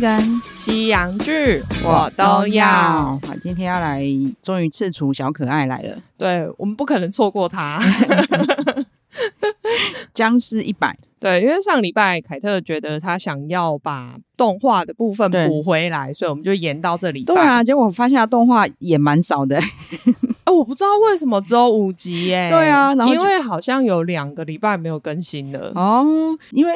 跟西洋剧我都都要。要。好，今天要来，终于赤楚小可爱来了，对，我们不可能错 过它。僵尸一百，对，因为上礼拜凯特觉得他想要把动画的部分对补回来，所以我们就延到这里。对，啊，结果我发现他动画也蛮少的，啊，我不知道为什么只有五集耶、对啊然后就因为好像有两个礼拜没有更新了。 哦，因为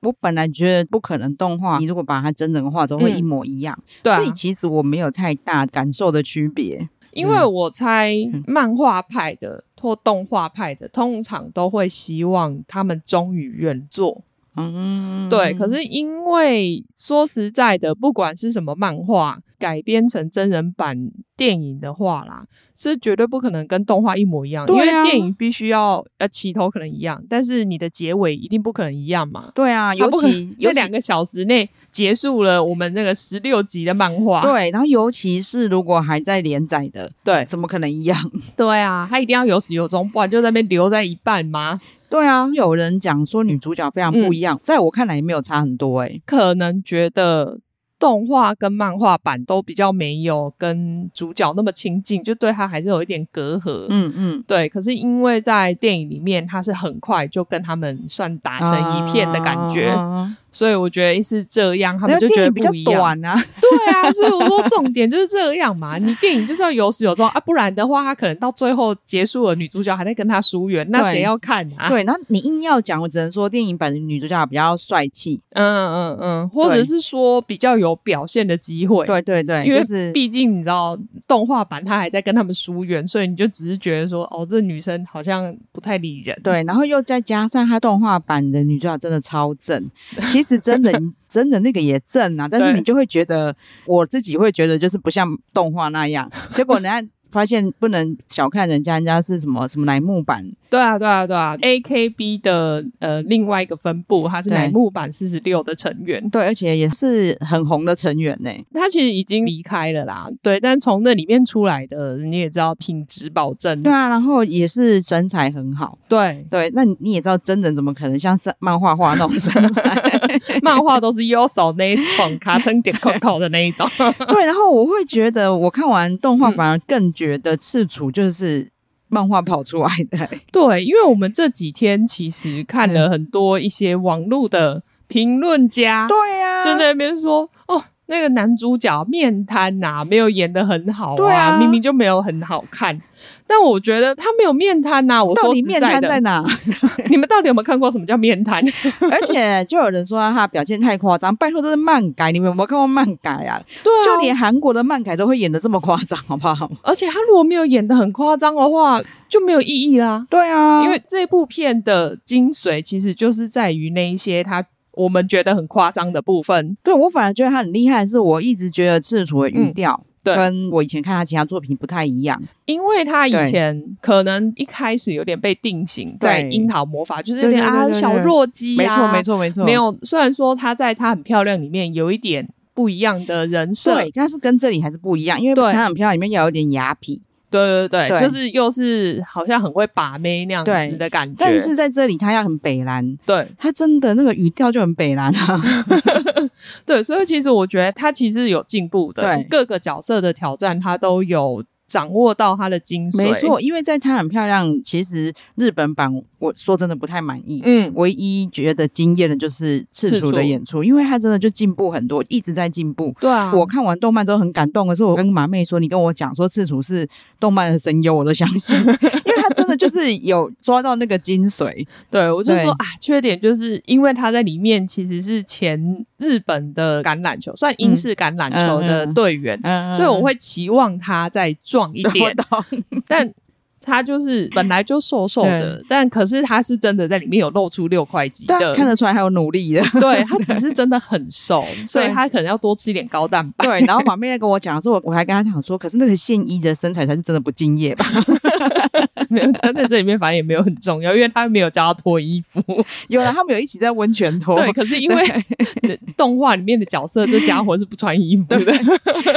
我本来觉得不可能动画，你如果把它真人化，都会嗯一模一样，对啊所以其实我没有太大感受的区别。因为嗯我猜漫画派的或动画派的，通常都会希望他们忠于原作。嗯，对，可是因为说实在的，不管是什么漫画改编成真人版电影的话啦，是绝对不可能跟动画一模一样，因为对啊电影必须要呃起头可能一样，但是你的结尾一定不可能一样嘛。对啊，它尤不可其那有两个小时内结束了我们那个十六集的漫画，对，然后尤其是如果还在连载的，对怎么可能一样？对啊，它一定要有始有终，不然就在那边留在一半吗？对啊， 嗯有人讲说女主角非常不一样，在我看来也没有差很多哎、可能觉得动画跟漫画版都比较没有跟主角那么亲近，就对他还是有一点隔阂。嗯嗯，对，可是因为在电影里面，他是很快就跟他们算打成一片的感觉，啊所以我觉得是这样，他他们就觉得比不一较样。短啊。 对啊，所以我说重点就是这 样嘛。你电影就是要有始有终啊，不然的话，他可能到最后结束了，女主角还在跟他疏远，那对谁要看啊？对，然后你硬要讲，我只能说电影版的女主角比较帅气。嗯嗯嗯，或者对是说比较有表现的机会。对对对，因为就是毕竟你知道动画版它还在跟他们疏远，所以你就只是觉得说，哦，这女生好像不太理人。对，然后又再加上她动画版的女主角真的超 正，其实真人真的那个也正啊，但是对你就会觉得，我自己会觉得就是不像动画那样， 结果人家发现不能小看人家，人家是什么什么乃木坂，对啊，对啊，对啊，A K B 的呃另外一个分部，它是对乃木坂四十六的成员，对，而且也是很红的成员呢、他其实已经离开了啦。对，但从那里面出来的，你也知道品质保证。对啊，然后也是身材很好。对，对，那你你也知道，真人怎么可能像是漫画画那种身材？ 漫画都是右手那一种卡成点扣扣的那一 种。对，然后我会觉得，我看完动画反而更觉得赤楚就是漫画跑出来的、对，因为我们这几天其实看了很多一些网络的评论 家，对呀、就在那边说哦，那个男主角面瘫呐、没有演的很好对啊明明就没有很好看。但我觉得他没有面瘫呐、我到说底实面在瘫的，在哪？ 你们到底有没有看过什么叫面瘫？ 而且就有人说啊他表现太夸张，拜托这是漫改，你们有没有看过漫改啊？就对啊，连韩国的漫改都会演的这么夸张，好不好？而且他如果没有演的很夸张的话，就没有意义啦。对啊因为这部片的精髓其实就是在于那一些他我们觉得很夸张的部分。对我反而觉得他很厉害，是我一直觉得赤楚的语嗯调、对跟我以前看他其他作品不太一样。因为他以对前可能一开始有点被定型在对樱桃魔法，就是有对点对对啊对对小弱鸡、啊，没错，没错，没错，没有，虽然说她在《她很漂亮》里面有一点不一样的人设，对，但是跟这里还是不一样，因为对它很漂亮，里面要有点雅痞，对对对对就是又是好像很会把妹那样子的感觉，但是在这里他要很北蓝，对他真的那个语调就很北蓝啊。 对，所以其实我觉得她其实有进步的对，各个角色的挑战她都有掌握到她的精髓，没，错，因为在她很漂亮，其实日本版我说真的不太满意。嗯，唯一觉得惊艳的就是赤赤楚楚的演出，因为他真的就进步很多，一直在进步。对啊，我看完动漫之后很感动的是，我跟马妹说：“你跟我讲说赤楚是动漫的声优，我都相信， 因为他真的就是有抓到那个精髓。对我就对说啊，缺点就是因为她在里面其实是前日本的橄榄球，算英式橄榄球的嗯嗯嗯队员。嗯， 所以我会期望她再壮一点我， 懂。但他就是本来就瘦瘦的，但可是他是真的在里面有露出六块肌对啊，看的，得出来还有努力的。对他只是真的很瘦，所以他可能要多吃一点高蛋 白。对，然后马妹在跟我讲的时候，我我还跟她讲说，可是那个现役的身材才是真的不敬业吧？没有他在这里面反正也没有很重要，因为他没有教他脱衣服。有了，他们有一起在温 泉脱，对，可是因为 动画里面的角色，这家伙是不穿衣服的。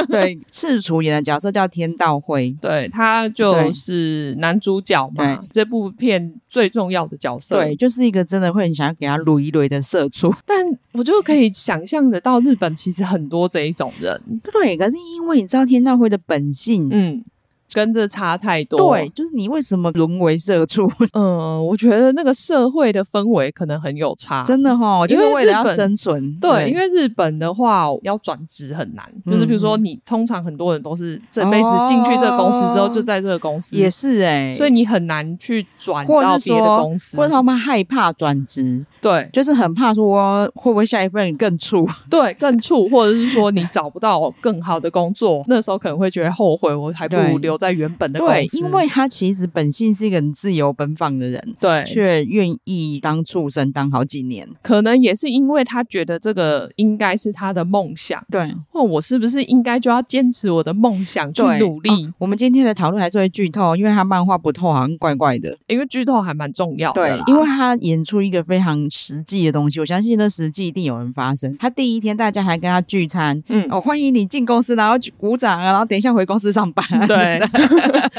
对，赤楚演的角色叫天道辉，对，他就是男主角嘛对，这部片最重要的角色。对，，就是一个真的会很想要给他捋一捋的社畜。但我就可以想象得到，日本其实很多这一种人， 对，可是因为你知道天道辉的本性，嗯，跟这差太多。对，，就是你为什么沦为社畜？嗯，我觉得那个社会的氛围可能很有差。真的哈、啊因就为是为了日要本生存。对，因为日本的话要转职很难，就是比如说嗯你通常很多人都是这辈子进去这个公司之后哦就在这个公司，也是哎、所以你很难去转或到是别的说公司。或者他们害怕转职，对就是很怕说会不会下一份更 处。对更处，或者是说你找不到更好的工作，那时候可能会觉得后悔，我还不对如留在原本的公对，司。因为他其实本性是一个很自由奔放的人，对，却愿意当畜生当好几年。可能也是因为他觉得这个应该是他的梦想，对，或我是不是应该就要坚持我的梦想去对哦努力？我们今天的讨论还是会剧透，哦因为他漫画不透好像怪怪的。因为剧透还蛮重要的啦，因为他演出一个非常实际的东西，我相信那实际一定有人发生。他第一天大家还跟他聚餐，嗯，哦，欢迎你进公司，然后去鼓掌啊，然后等一下回公司上班。 对，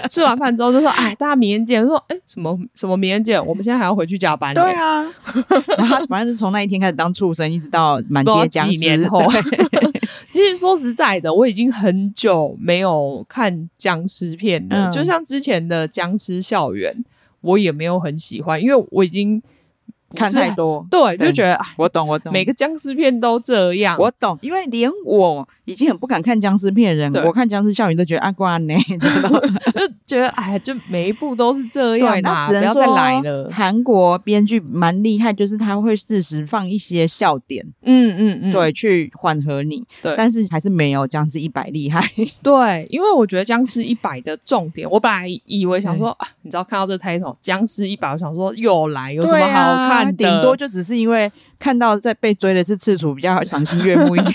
吃完饭之后就说：“哎，大家明天见。”说：“哎，什么什么明天见？我们现在还要回去加班。”欸对， 啊，然后他反正是从那一天开始当畜生，一直到满不知道街僵几尸。年 后。其实说实在的，我已经很久没有看僵尸片了。嗯就像之前的《僵尸校园》，我也没有很喜欢，因为我已经不是看太多，对，对就觉得哎我懂，我懂，每个僵尸片都这样。我懂，因为连我已经很不敢看僵尸片的人对，我看僵尸校园都觉得啊，瓜 呢，知道吗？就觉得哎，就每一部都是这样对，啊那嘛，只不能要说再来了。韩国编剧蛮厉害，就是他会适时放一些笑点，嗯嗯嗯，对，去缓和你。对但是还是没有僵尸一百厉 害。对，因为我觉得僵尸一百的重点，我本来以为嗯想说，啊、你知道看到这 title 僵尸一百，我想说又来，有什么对好啊看的？顶多就只是因为看到在被追的是赤楚，比较赏心悦目一点。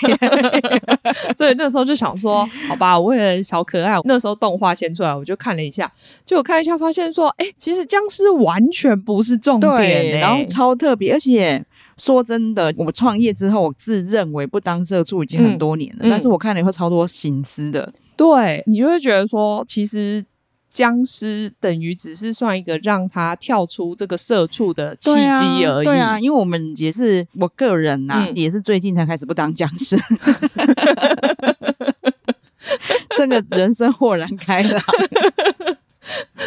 所以那时候就想说，好吧，我为了小可爱，那时候动画先出来，我就看了一下，就我看一下发现说，哎，其实僵尸完全不是重点、欸，然后超特别，而且说真的，我创业之后，我自认为不当社畜已经很多年了，嗯嗯但是我看了以后超多心思的。对你就会觉得说，其实。僵尸等于只是算一个让他跳出这个社畜的契对啊机而已，对啊，因为我们也是我个人呐、嗯也是最近才开始不当僵尸， 这个人生豁然开 朗。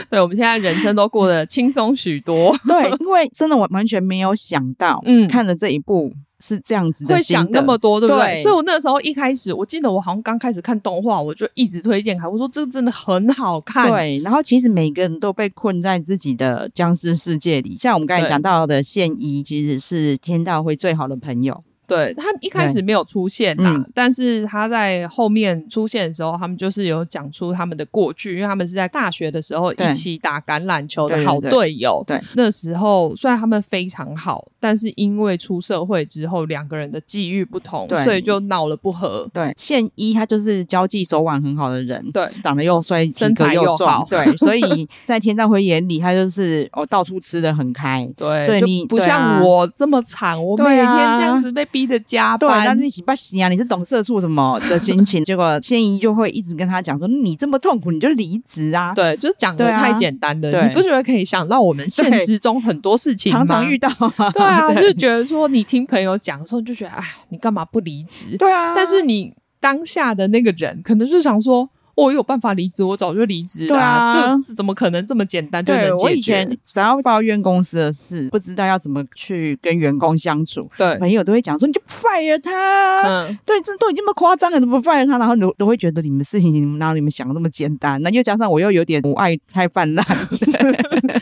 对我们现在人生都过得轻松许多。对，因为真的我完全没有想到， 嗯看了这一部是这样子的会心得，想那么多，对不对？对所以我那时候一开始，我记得我好像刚开始看动画，我就一直推荐他，我说这真的很好看。对，然后其实每个人都被困在自己的僵尸世界里，像我们刚才对讲到的宪一，其实是天道会最好的朋友。对，他一开始没有出现啦，嗯但是他在后面出现的时候，他们就是有讲出他们的过去，因为他们是在大学的时候对一起打橄榄球的对对好对队友。对那时候虽然他们非常好，但是因为出社会之后，两个人的际遇不同，对所以就闹了不和。对，宪一他就是交际手腕很好的人。对，长得又帅，体身格材又又壮好对，所以在天道辉眼里，他就是哦到处吃的很开。对，所以就你不对像啊我这么惨，我每对天啊这样子被逼的加对，那班。你喜不喜啊？你是懂社畜什么的心情？结果宪一就会一直跟他讲说，你这么痛苦，你就离职啊。对，就是讲的对啊太简单了，对你不觉得可以想到我们现实中很多事情吗常常遇到、啊。对啊，就对是觉得说你听朋友讲的时候，你就觉得哎，你干嘛不离职？对啊，但是你当下的那个人，可能就想说，我有办法离职，我早就离职啦、对啊这这怎么可能这么简单就对能我解以决前？想要抱怨公司的事，不知道要怎么去跟员工相处，对，朋友都会讲说你就 fire 他，嗯，对，这都已经那么夸张了，怎么 fire 他？然后你都会觉得你们事情你们哪有你们想的那么简单？那又加上我又有点母爱太泛滥，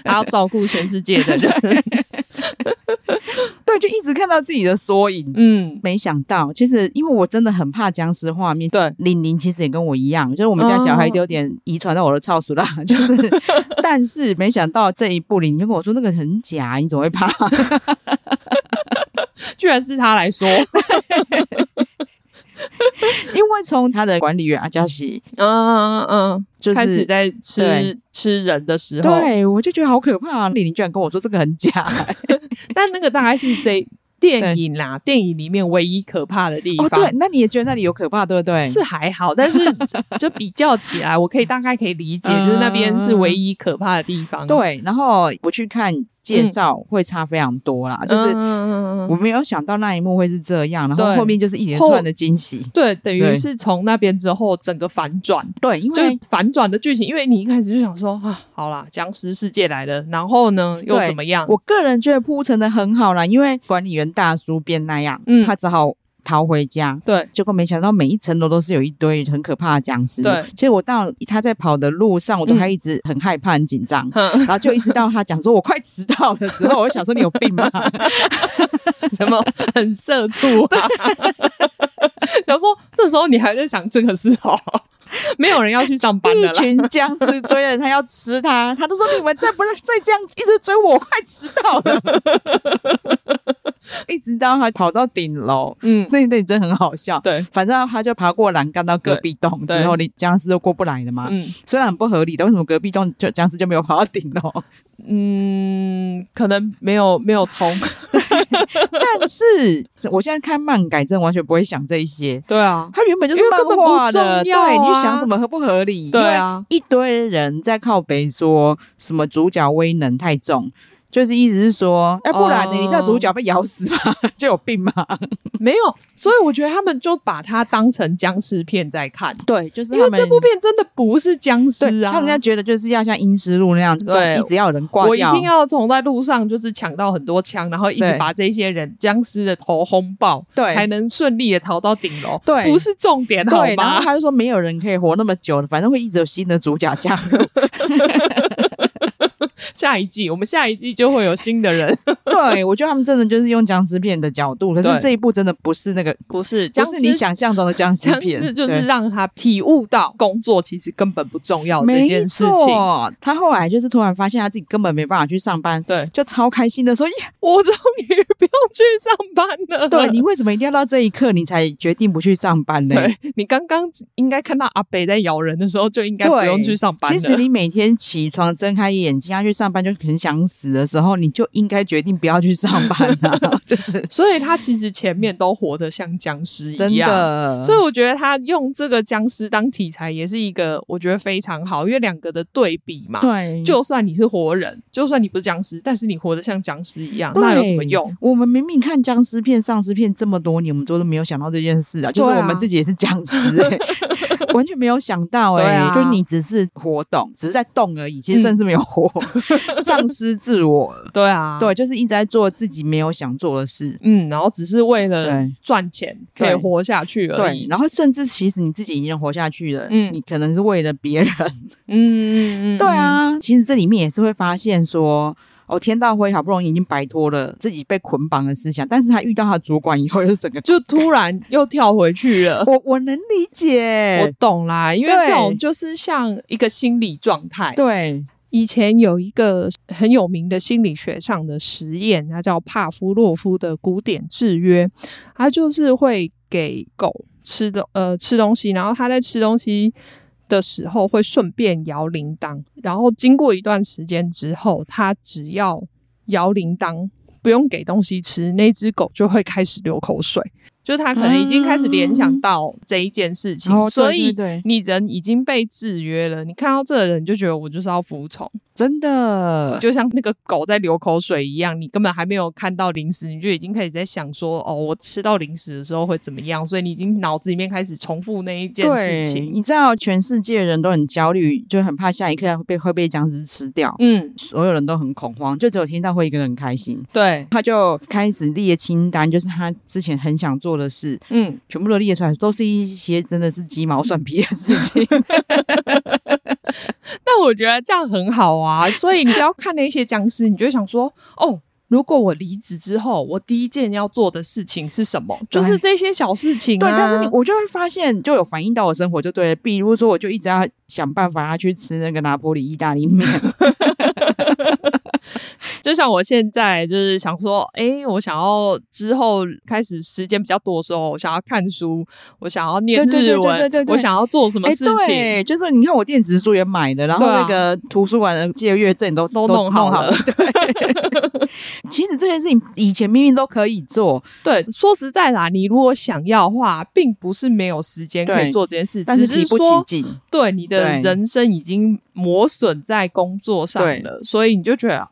还要照顾全世界的人， 对，就一直看到自己的缩影。嗯，没想到，其实因为我真的很怕僵尸画面。 对，玲玲其实也跟我一样，就是我们家小孩有点遗传到我的操熟啦， 就是，但是没想到这一步，玲玲就跟我说那个很假，你怎么会怕？ 居然是他来说。因为从他的管理员阿加西 嗯嗯嗯，就是开始在对吃吃人的时候，，对我就觉得好可怕、啊，李宁居然跟我说这个很假、但那个大概是 这电影啦，电影里面唯一可怕的地方。哦，对，那你也觉得那里有可怕，对不对？是还好，但是就比较起来，我可以大概可以理解，嗯就是那边是唯一可怕的地方。对，然后我去看介绍会差非常多啦，嗯，就是嗯嗯我嗯没有想到那一幕会是这样，然后对后面就是一连后串的惊喜。对，等于对是从那边之后整个反转，对，因就为反转的剧情，因为你一开始就想说啊，好啦，僵尸世界来了，然后呢又对怎么样？我个人觉得铺陈的很好啦，因为管理员大叔变那样，嗯他只好逃回家。对，结果没想到每一层楼都是有一堆很可怕的僵尸。对，嗯其实我到他在跑的路上，我都还一直很害怕、很紧 张。哼，然后就一直到他讲说我快迟到的时候，我就想说你有病吗？什么很社畜啊？ 想说这时候你还在想这个是好，没有人要去上班 的一啦。群僵尸追着他要吃他，他都说你们再不再这样一直追我，我快迟到了。 一直到他跑到顶楼，嗯，那那真很好笑。对，反正他就爬过栏杆到隔壁栋对之后，你僵尸都过不来了嘛。嗯虽然很不合理的，为什么隔壁栋就僵尸就没有跑到顶楼？ 嗯，可能没有没有 通。但是我现在看漫改，真的完全不会想这一些。对啊，他原本就是因为漫根本不画的，重要啊对，你想什么合不合理？对啊，一堆人在靠北说什么主角威能太重。就是意思是说，哎、不然呢？哦你叫主角被咬死吗？ 就有病吗？没有，所以我觉得他们就把它当成僵尸片在看，对，就是因为这部片真的不是僵尸对啊，他们家觉得就是要像阴尸路那样，对一直要有人挂我一药，定要从在路上就是抢到很多枪，然后一直对把这些人僵尸的头轰爆，对才能顺利的逃到顶楼。对不是重点，好对。然后吗？他就说没有人可以活那么久的，反正会一直有新的主角 加入。下一季我们下一季就会有新的人，对，我觉得他们真的就是用僵尸片的角度，可对是这一部真的不是那个，不 是不僵是尸你。想象中的僵尸僵片，尸就对是让他体悟到工作其实根本不重要这没件事情。错，他后来就是突然发现他自己根本没办法去上班，对，就超开心的说：“呀，我终于不用去上班了。对你为什么一定要到这一刻你才决定不去上班呢？”嗯 对你刚刚应该看到阿北在咬人的时候，就应该不对用去上班了。其 实你每天起床睁开眼睛要去上班就很想死的时候，你就应该决定不要去上班啊， 就是所以他其实前面都活得像僵尸一真样。的。所以我觉得他用这个僵尸当题材也是一个我觉得非常好，因为两个的对比嘛。对，就算你是活人，就算你不是僵尸，但是你活得像僵尸一样，那有什么用？对？我们明明看僵尸片、丧尸片这么多年，我们都没有想到这件事啊，就是对啊我们自己也是僵 尸、欸，完全没有想到哎、对啊嗯就你只是活动，只是在动而已，其实甚至没有活， 丧失自我了。对啊，对，，就是一直在做自己没有想做的事。嗯，然后只是为了对赚钱可以对活下去而对已，。然后甚至其实你自己已经活下去了，嗯你可能是为了别人。嗯嗯嗯，对，啊，其实这里面也是会发现说。哦，天道辉好不容易已经摆脱了自己被捆绑的思想，但是他遇到他主管以后，又整个就突然又跳回 去了。我我能理我解，懂啦，因为对这种就是像一个心理状态。对，以前有一个很有名的心理学上的实验，它叫帕夫洛夫的古典制约，它就是会给狗吃的呃吃东西，然后它在吃东西的时候会顺便摇铃铛，然后经过一段时间之后，它只要摇铃铛，不用给东西吃，那只狗就会开始流口水。就是它可能已经开始联想到这一件事情，嗯哦对所对以对你人已经被制约了。你看到这个人，你就觉得我就是要 服从，真的，就像那个狗在流口水一样，你根本还没有看到零食，你就已经开始在想说，哦，我吃到零食的时候会怎么样？所以你已经脑子里面开始重复那一件事对，情。你知道全世界人都很焦虑，就很怕下一刻会被会被僵尸吃掉，嗯，所有人都很恐慌，就只有天道辉一个人很开心。 对，他就开始列清单，就是他之前很想做的事，嗯，全部都列出来，都是一些真的是鸡毛蒜皮的事 情。但我觉得这样很好啊。所以你不要看那些僵尸，你就会想说，哦。如果我离职之后，我第一件要做的事情是什么？对就是这些小事情、啊。对，但是你我就会发现，就有反映到我生活，就对了。比如说，我就一直要想办法要去吃那个拿破里意大利面。就像我现在就是想说，诶，我想要之后开始时间比较多的时候，我想要看书，我想要念对对对日对文，对对对我想要做什么哎，事情，对，就是你看我电子书也买了，然后对啊那个图书馆的借阅证都都弄弄好了了。对 其实这件事情以前明明都可以做，对，说实在啦，你如果想要的话，并不是没有时间可以对做这件事，但是只提是不起说劲。对你的对人生已经磨损在工作上对了，所以你就觉得啊，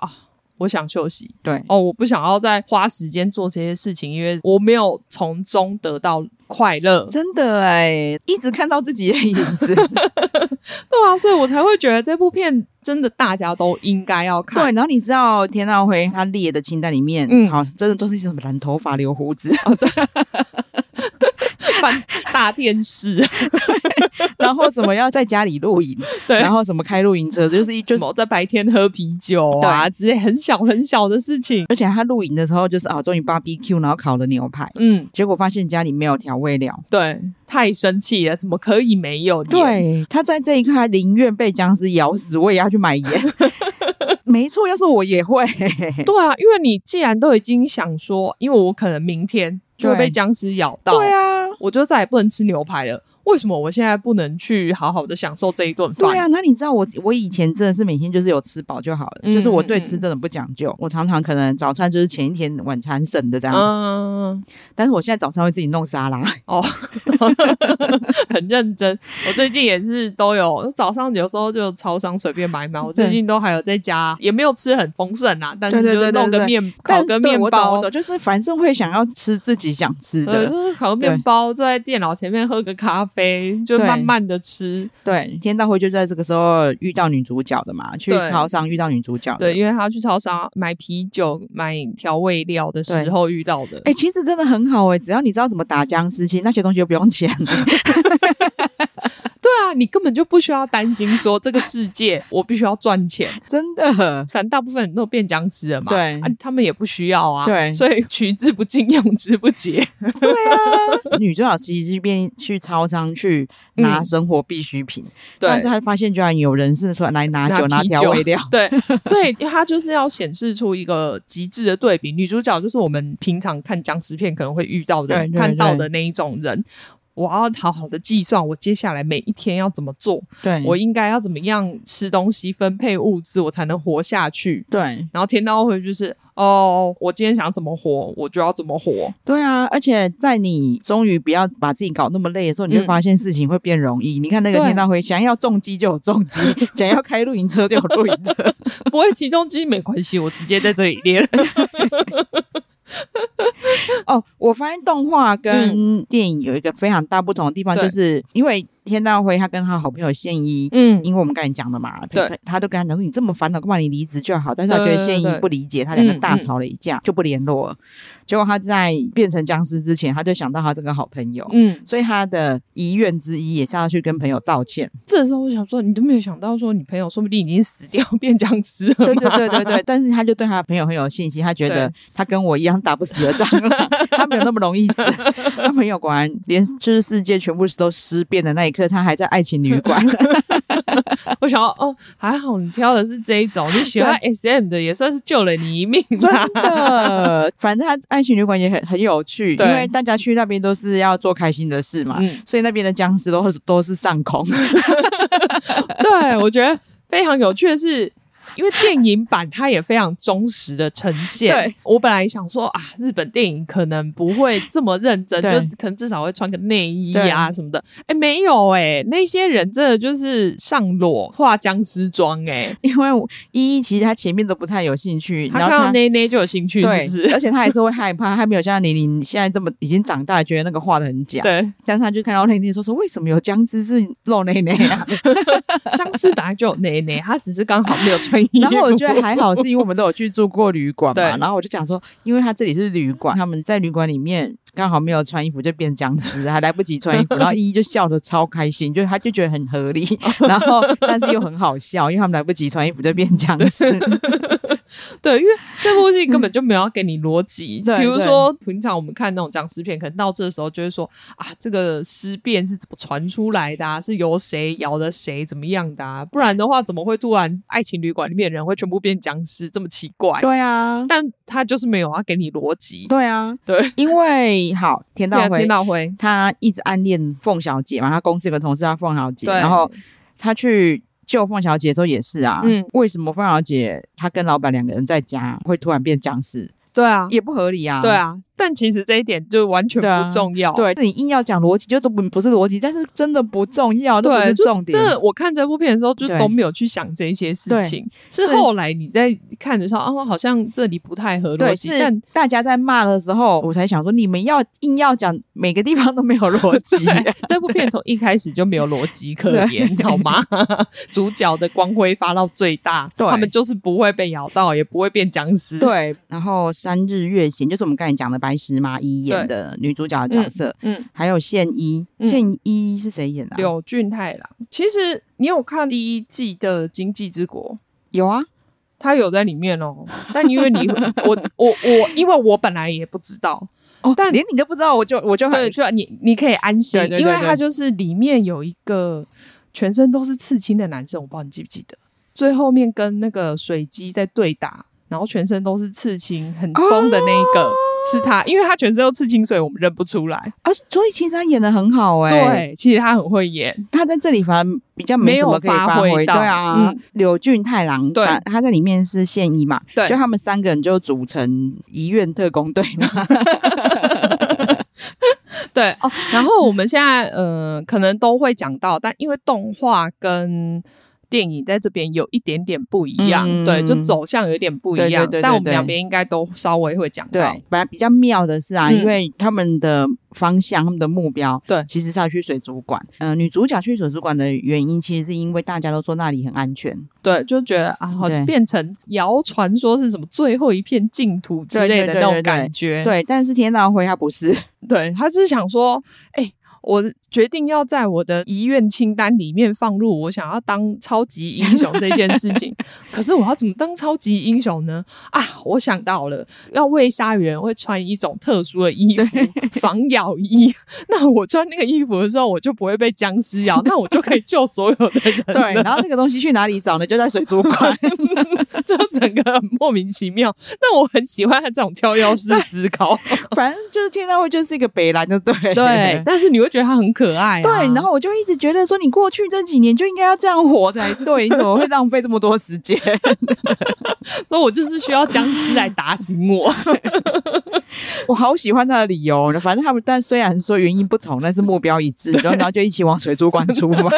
我想休息对，哦，我不想要再花时间做这些事情，因为我没有从中得到快乐。真的哎，一直看到自己的影 子。对啊，所以我才会觉得这部片真的大家都应该要看。对，然后你知道田道辉他列的清单里面，嗯好，真的都是一些什么染头发、留胡子， 办大电视，然后什么要在家里露营， 对然后什么开露营车，就是 一就什是。么在白天喝啤酒啊，之类很小很小的事情。而且他露营的时候，就是啊，终于 BBQ，然后烤了牛排，嗯，结果发现家里没有调味料。对，太生气了，怎么可以没有？，对他在这一刻，他宁愿被僵尸咬死，我也要去买 盐。没错，要是我也会。对啊，因为你既然都已经想说，因为我可能明天就会被对僵尸咬到，对啊，我就再也不能吃牛排了。为什么我现在不能去好好的享受这一顿饭？对啊，那你知道我我以前真的是每天就是有吃饱就好了，嗯就是我对嗯吃嗯真的不讲究。我常常可能早餐就是前一天晚餐剩的这样，嗯，但是我现在早餐会自己弄沙拉。哦，很认真。我最近也是都有，早上有时候就超商随便买买。我最对近都还有在家，也没有吃很丰盛啊，但是对对就对是对弄个对面，但烤个对面我懂我包懂，。就是反正会想要吃自己想吃呃，的。就是烤个面对包，坐在电脑前面喝个咖啡，就对慢慢的吃。对，天道辉就在这个时候遇到女主角的嘛，去对超商遇到女主角的。对，因为他去超商买啤酒、买调味料的时对候遇到的。哎、其实真的很好哎、只要你知道怎么打僵尸，其实那些东西都不用钱。对啊，你根本就不需要担心说这个世界我必须要赚钱，真 的。反正大部分人都变僵尸了嘛。对啊，他们也不需要啊。对所以取之不尽，用之不竭。女主角其实便去超商去拿嗯生活必需品，对但是她发现居然有人是出来来拿拿酒、拿啤调酒。味料 对，所以他就是要显示出一个极致的对比。女主角就是我们平常看僵尸片可能会遇到的、对对看到的那一种人。我要好好的计算我接下来每一天要怎么做，对，我应该要怎么样吃东西、分配物资，我才能活下去。对然后天道会就是哦，我今天想怎么活，我就要怎么活。 对啊！而且在你终于不要把自己搞那么累的时候，你嗯会发现事情会变容易。你看那个对天道辉，想要重击就有重 击，想要开露营车就有露营车。不会起重机没关系，我直接在这里练。哦，我发现动画跟电影有一个非常大不同的地方，嗯对就是因为天道辉他跟他好朋友宪一。嗯，因为我们刚才讲的嘛，对，他都跟他讲说你这么烦恼，干嘛你离职就好？但是他觉得对对宪一对不理解，他两个嗯大嗯吵了一架，就不联络了。结果他在变成僵尸之前，他就想到他这个好朋友，嗯，所以他的遗愿之一也是要去跟朋友道歉。 这时候我想说，你都没有想到说你朋友说不定已经死掉 变僵尸了对嘛对对对对，但是他就对他的朋友很有信心，他觉得对他跟我一样打不死的蟑 螂，他没有那么容易死。他朋友果然连就是世界全部都尸变的那一刻，他还在爱情旅馆。我想要哦，还好你挑的是这一种，你 喜欢 SM 的也算是救了你一命啊 真吧。的，反正他爱情旅馆也很很有趣，因对为大家去那边都是要做开心的事嘛，嗯，所以那边的僵尸都都是上空。对，我觉得非常有趣的是。因为电影版它也非常忠实的呈现。对，我本来想说啊，日本电影可能不会这么认真，就对可能至少会穿个内衣啊什么的。哎，没有哎、那些人真的就是上裸化僵尸妆哎、 因为我依依其实他前面都不太有兴趣，他然看后到他。内内就有兴趣，是对不，是？而且他还是会害怕，他没有像玲玲现在这么已经长大，觉得那个画的很假。对，但是他就看到内内说说为什么有僵尸是露内内啊？僵尸本来就有内内，他只是刚好没有穿衣然服。后我觉得还好，是因为我们都有去住过旅馆对嘛。然后我就讲说，因为他这里是旅馆，他们在旅馆里面刚好没有穿衣服就变僵尸，还来不及穿衣 服。然后依依就笑得超开心，就他就觉得很 合理，然后但是又很好笑，因为他们来不及穿衣服就变僵尸。 对，因为这部戏根本就没有要给你逻辑。对比如说平常我们看那种僵尸片，可能到这时候就会说啊，这个尸变是怎么传出来的、啊，是由谁咬的谁怎么样的、啊，不然的话怎么会突然《爱情旅馆》里面的人会全部变僵尸，这么奇 怪？对啊，但他就是没有要给你逻辑。对啊，对，因为好田对啊道辉田，道辉，他一直暗恋凤小姐嘛，他公司有个同事叫凤小姐，对然后他去救凤小姐的时候也是啊，嗯为什么凤小姐她跟老板两个人在家会突然变僵尸，对啊，也不合理啊，对。啊，但其实这一点就完全对啊不重要。对，你硬要讲逻辑，就都不不是逻辑，但是真的不重要，那不对，是就重点。真的，我看这部片的时候就对都没有去想这些事对情，是是后来你在看的时候，哦，好像这里不太合逻对，辑，是 但大家在骂的时候，我才想说，你们要硬要讲，每个地方都没有逻辑。 对这部片从一开始就没有逻辑可言，好吗？ 主角的光辉发到最大，对他们就是不会被咬到，也不会变僵尸。 对，啊然后《三日月行》就是我们刚才讲的白石麻衣演对的女主角的角色，嗯，还有宪一，嗯宪一是谁演的、啊？柳俊太郎，其实你有看第一季的《经济之国》？有啊，他有在里面哦，但因为 你我我我，因为我本来也不知道，哦，但连你都不知道，我就我就 对，很就你你可以安心，对对对因为对他就是里面有一个全身都是刺青的男生，我不知道你记不记得，最后面跟那个水鸡在对打，然后全身都是刺青，很疯的那一个。哦是他，因为他全身都刺青，所以我们认不出来。啊，所以其实他演的很好哎、，对，其实他很会演，他在这里反而比较没什么可以发没有发对挥到啊。嗯柳俊太郎，对他他在里面是宪一嘛，对就他们三个人就组成医院特工队嘛， 对哦。然后我们现在呃，可能都会讲到，但因为动画跟电影在这边有一点点不一样，嗯对，就走向有点不一对对样。对对但我们对两边应该都稍微会讲到。对，本来比较妙的是啊，嗯因为他们的方向、他们的目标，对其实是要去水族馆。呃，女主角去水族馆的原因，其实是因为大家都说那里很安全，对，就觉得啊，好对像变成谣传说是什么最后一片净土之类对的对对那种对对感觉。对。但是天道辉他不是，对他只是想说，哎、我决定要在我的遗愿清单里面放入我想要当超级英雄这件事 情。可是我要怎么当超级英雄呢？啊，我想到了，要喂鲨鱼人会穿一种特殊的衣服，防咬衣。 那我穿那个衣服的时候，我就不会被僵尸咬，那我就可以救所有的人了。对。 然后那个东西去哪里找呢？就在水族馆。就整个很莫名其妙。但我很喜欢他这种跳跃式思考， 反正就是天道辉就是一个北蓝，就对。 对。但是你会觉得他很可爱、啊，对，然后我就一直觉得说，你过去这几年就应该要这样活才对，你怎么会浪费这么多时 间？所以我就是需要僵尸来打醒我。 我好喜欢他的理由，反正他们但虽然说原因不同，但是目标一致，然后然后就一起往水族馆出发。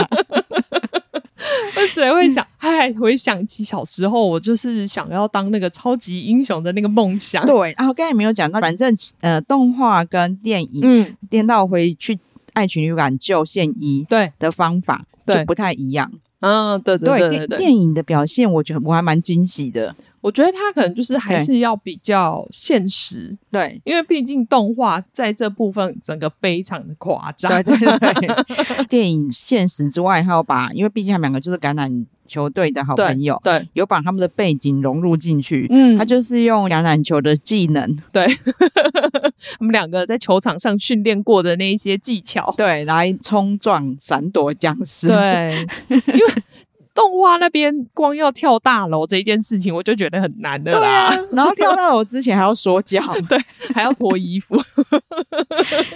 那谁会想？哎，回想起小时候，我就是想要当那个超级英雄的那个梦想。 对，然后刚才没有讲到，反正呃，动画跟电影，嗯，颠到回去爱情旅馆救现一对，的方法对就不太一样。嗯，对对对对电对，电影的表现，我觉得我还蛮惊喜的。我觉得他可能就是还对是要比较现实，对。因为毕竟动画在这部分整个非常的夸张。对对对，电影现实之外，还有把，因为毕竟他们两个就是橄榄球队的好对朋友，对，有把他们的背景融入进去。嗯他就是用橄榄球的技能， 他们两个在球场上训练过的那一些技 巧。对，来冲撞、闪躲僵尸。对，啊因为动画那边光要跳大楼这一件事情，我就觉得很难的对啊啦，， 然后跳到我之前还要说 教，还要脱衣 服，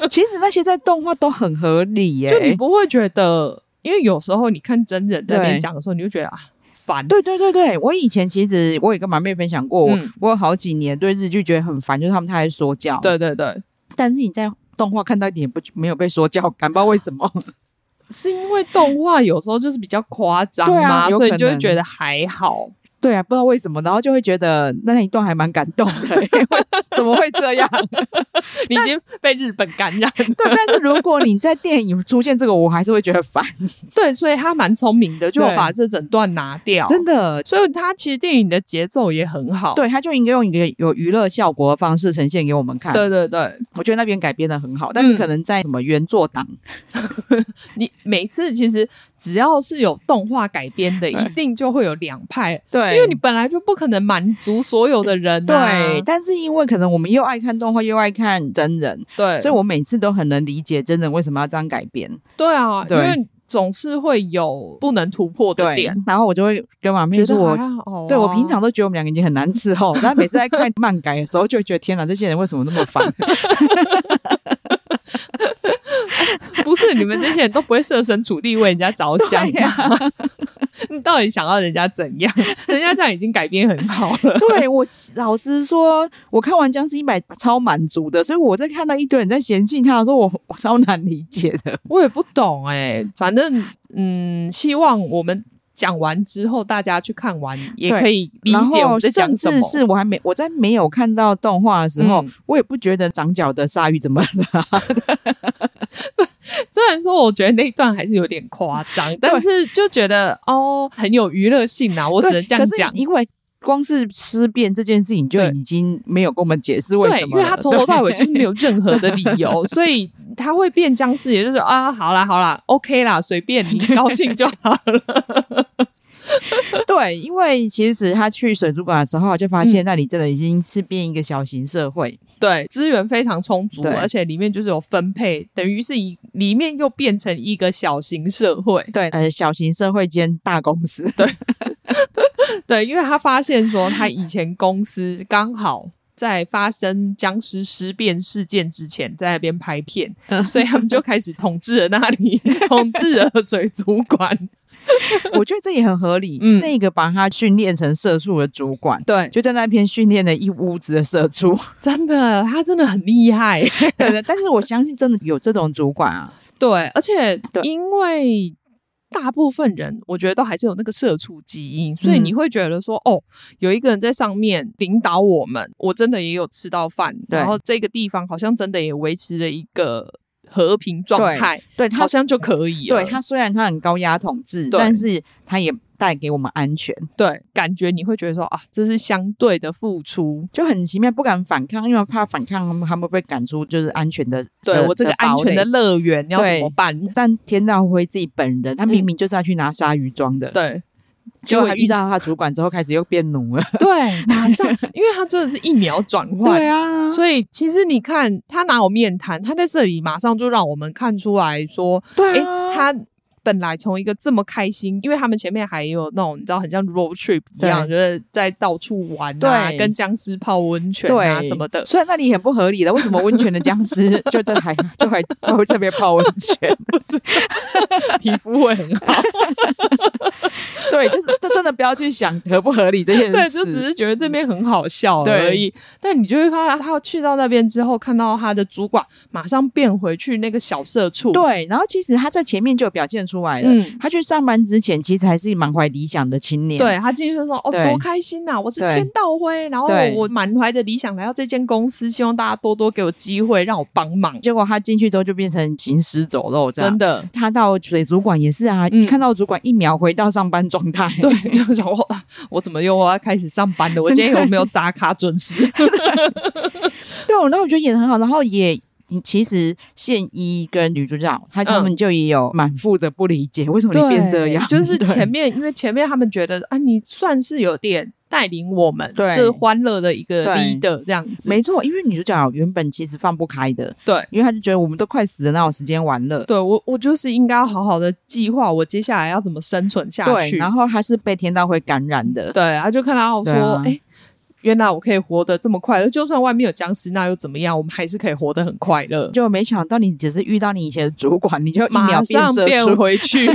其实那些在动画都很合理耶、就你不会觉得，因为有时候你看真人在那边对讲的时候，你就觉得啊烦。对对对对，我以前其实我也跟马妹分享过，我、嗯我有好几年对日剧觉得很烦，就是他们太爱说教。，对对对，但是你在动画看到一点不没有被说教感，不知道为什么。是因为动画有时候就是比较夸张对啊嘛，有所以可你就会能觉得还好。对啊，不知道为什么，然后就会觉得那一段还蛮感动的、 因为怎么会这 样？你已经被日本感染对，了，但是如果你在电影出现这个，我还是会觉得烦， 对，所以他蛮聪明的，就对把这整段拿掉。真的。所以他其实电影的节奏也很好。对，他就应该用一个有娱乐效果的方式呈现给我们看。对对对，我觉得那嗯边改编的很好，但是可能在什么原作党，你每次其实只要是有动画改编对的，一定就会有两派，对因为你本来就不可能满足所有的人、啊，对，但是因为可能我们又爱看动画，又爱看真人，对，所以我每次都很能理解真人为什么要这样改编。对啊，对因为总是会有不能突破的对点，，然后我就会跟马妹觉得说我，还好、啊。对我平常都觉得我们两个已经很难伺候，但每次在看漫改的时候，就会觉得天哪，这些人为什么那么烦？ 不是你们这些人都不会设身处地为人 家着想对吗？ 你到底想要人家怎样？人家这样已经改编很好了。对我老实说，我看完《僵尸一百》超满足的，所以我在看到一堆人在嫌弃他的时候，我我超难理解 的。我也不懂哎、反正嗯，希望我们讲完之后，大家去看完也对可以理然解我后们在甚讲什么至。是我还没我在没有看到动画的时候，嗯我也不觉得长角的鲨鱼怎么了。虽然说我觉得那一段还是有点夸张，但是就觉得哦，很有娱乐性啊。我只能这样对可是讲。因为光是尸变这件事情就对已经没有跟我们解释为对，什因么了，为他从头到尾对就是没有任何的理 由，所以他会变僵尸，也就是啊，好啦好啦，OK 啦，随便 你高兴就好了。对，因为其实他去水族馆的时候，就发嗯现那里真的已经是变一个小型社会。对，资源非常充足，对而且里面就是有分配，等于是以里面又变成一个小型社会。对，呃，小型社会兼大公司。对对，因为他发现说他以前公司刚好。在发生僵尸尸变事件之前，在那边拍片，嗯所以他们就开始统治了 那里，统治了水族馆。 我觉得这也很合理。嗯那个把他训练成社畜的主管。对，就在那边训练了一屋子的社 畜，真的，他真的很厉害。对的。但是我相信真的有这种主管啊，对，而且对因为大部分人，我觉得都还是有那个社畜基因，所以嗯你会觉得说，哦，有一个人在上面领导我们，我真的也有吃到饭，对然后这个地方好像真的也维持了一个和平状态，对他好，像就可以了。对他虽然他很高压统治，对但是他也带给我们安全，对，感觉你会觉得说啊，这是相对的付出。就很奇妙，不敢反抗，因为怕反抗他们他们被赶出就是安全的，对的我这个的堡安全垒的乐园要怎对么办？ 但田道辉自己本人，他嗯明明就是要去拿鲨鱼装的，， 对，结果就他会遇到他主管之后，开始又变奴了。对，马上，因为他真的是一秒转换，啊所以其实你看，他哪有面谈？他在这里马上就让我们看出来说，诶，对啊他本来从一个这么开心，因为他们前面还有那种你知道很像 road trip 一样，就是在到处玩啊，对跟僵尸泡温泉啊对什么的。虽然那里很不合理的，为什么温泉的僵尸 就在海就还会特别泡温泉？ 皮肤会很好，对，就是这真的不要去想合不合理这件对，就事。只是觉得这边很好笑嗯对而已。但你就会发现，他去到那边之后，看到他的主管马上变回去那个小社畜，对，然后其实他在前面就有表现出来了。嗯。他去上班之前，其实还是满怀理想的青年。对他进去就说：“哦，对多开心呐、我是对天道辉，然后对我满怀着理想来到这间公司，希望大家多多给我机会，让我帮忙。结果他进去之后就变成行尸走肉，这样真。的，他到水主管也是啊，嗯看到主管一秒回到上班状态。对， 就想我，啊我怎么又要开始上班了？我今天有没有扎卡准时？对，我那我觉得演的很好，然后也。其实现一跟女主角，她他们就也有满腹的不理解，为什么你变这样？就是对前面，因为前面他们觉得啊，你算是有点带领我们，对就是欢乐的一个对 leader 这样子，没错，因为女主角原本其实放不开的，对。”因为她就觉得我们都快死了，哪有时间玩乐？对我，我就是应该要好好的计划我接下来要怎么生存下对，去。然后她是被天道会感染的，对，他就看到我说对啊，哎、原来我可以活得这么快乐，就算外面有僵尸，那又怎么样？我们还是可以活得很快乐。就没想到你只是遇到你以前的主管，你就一秒马 上社变畜，回去，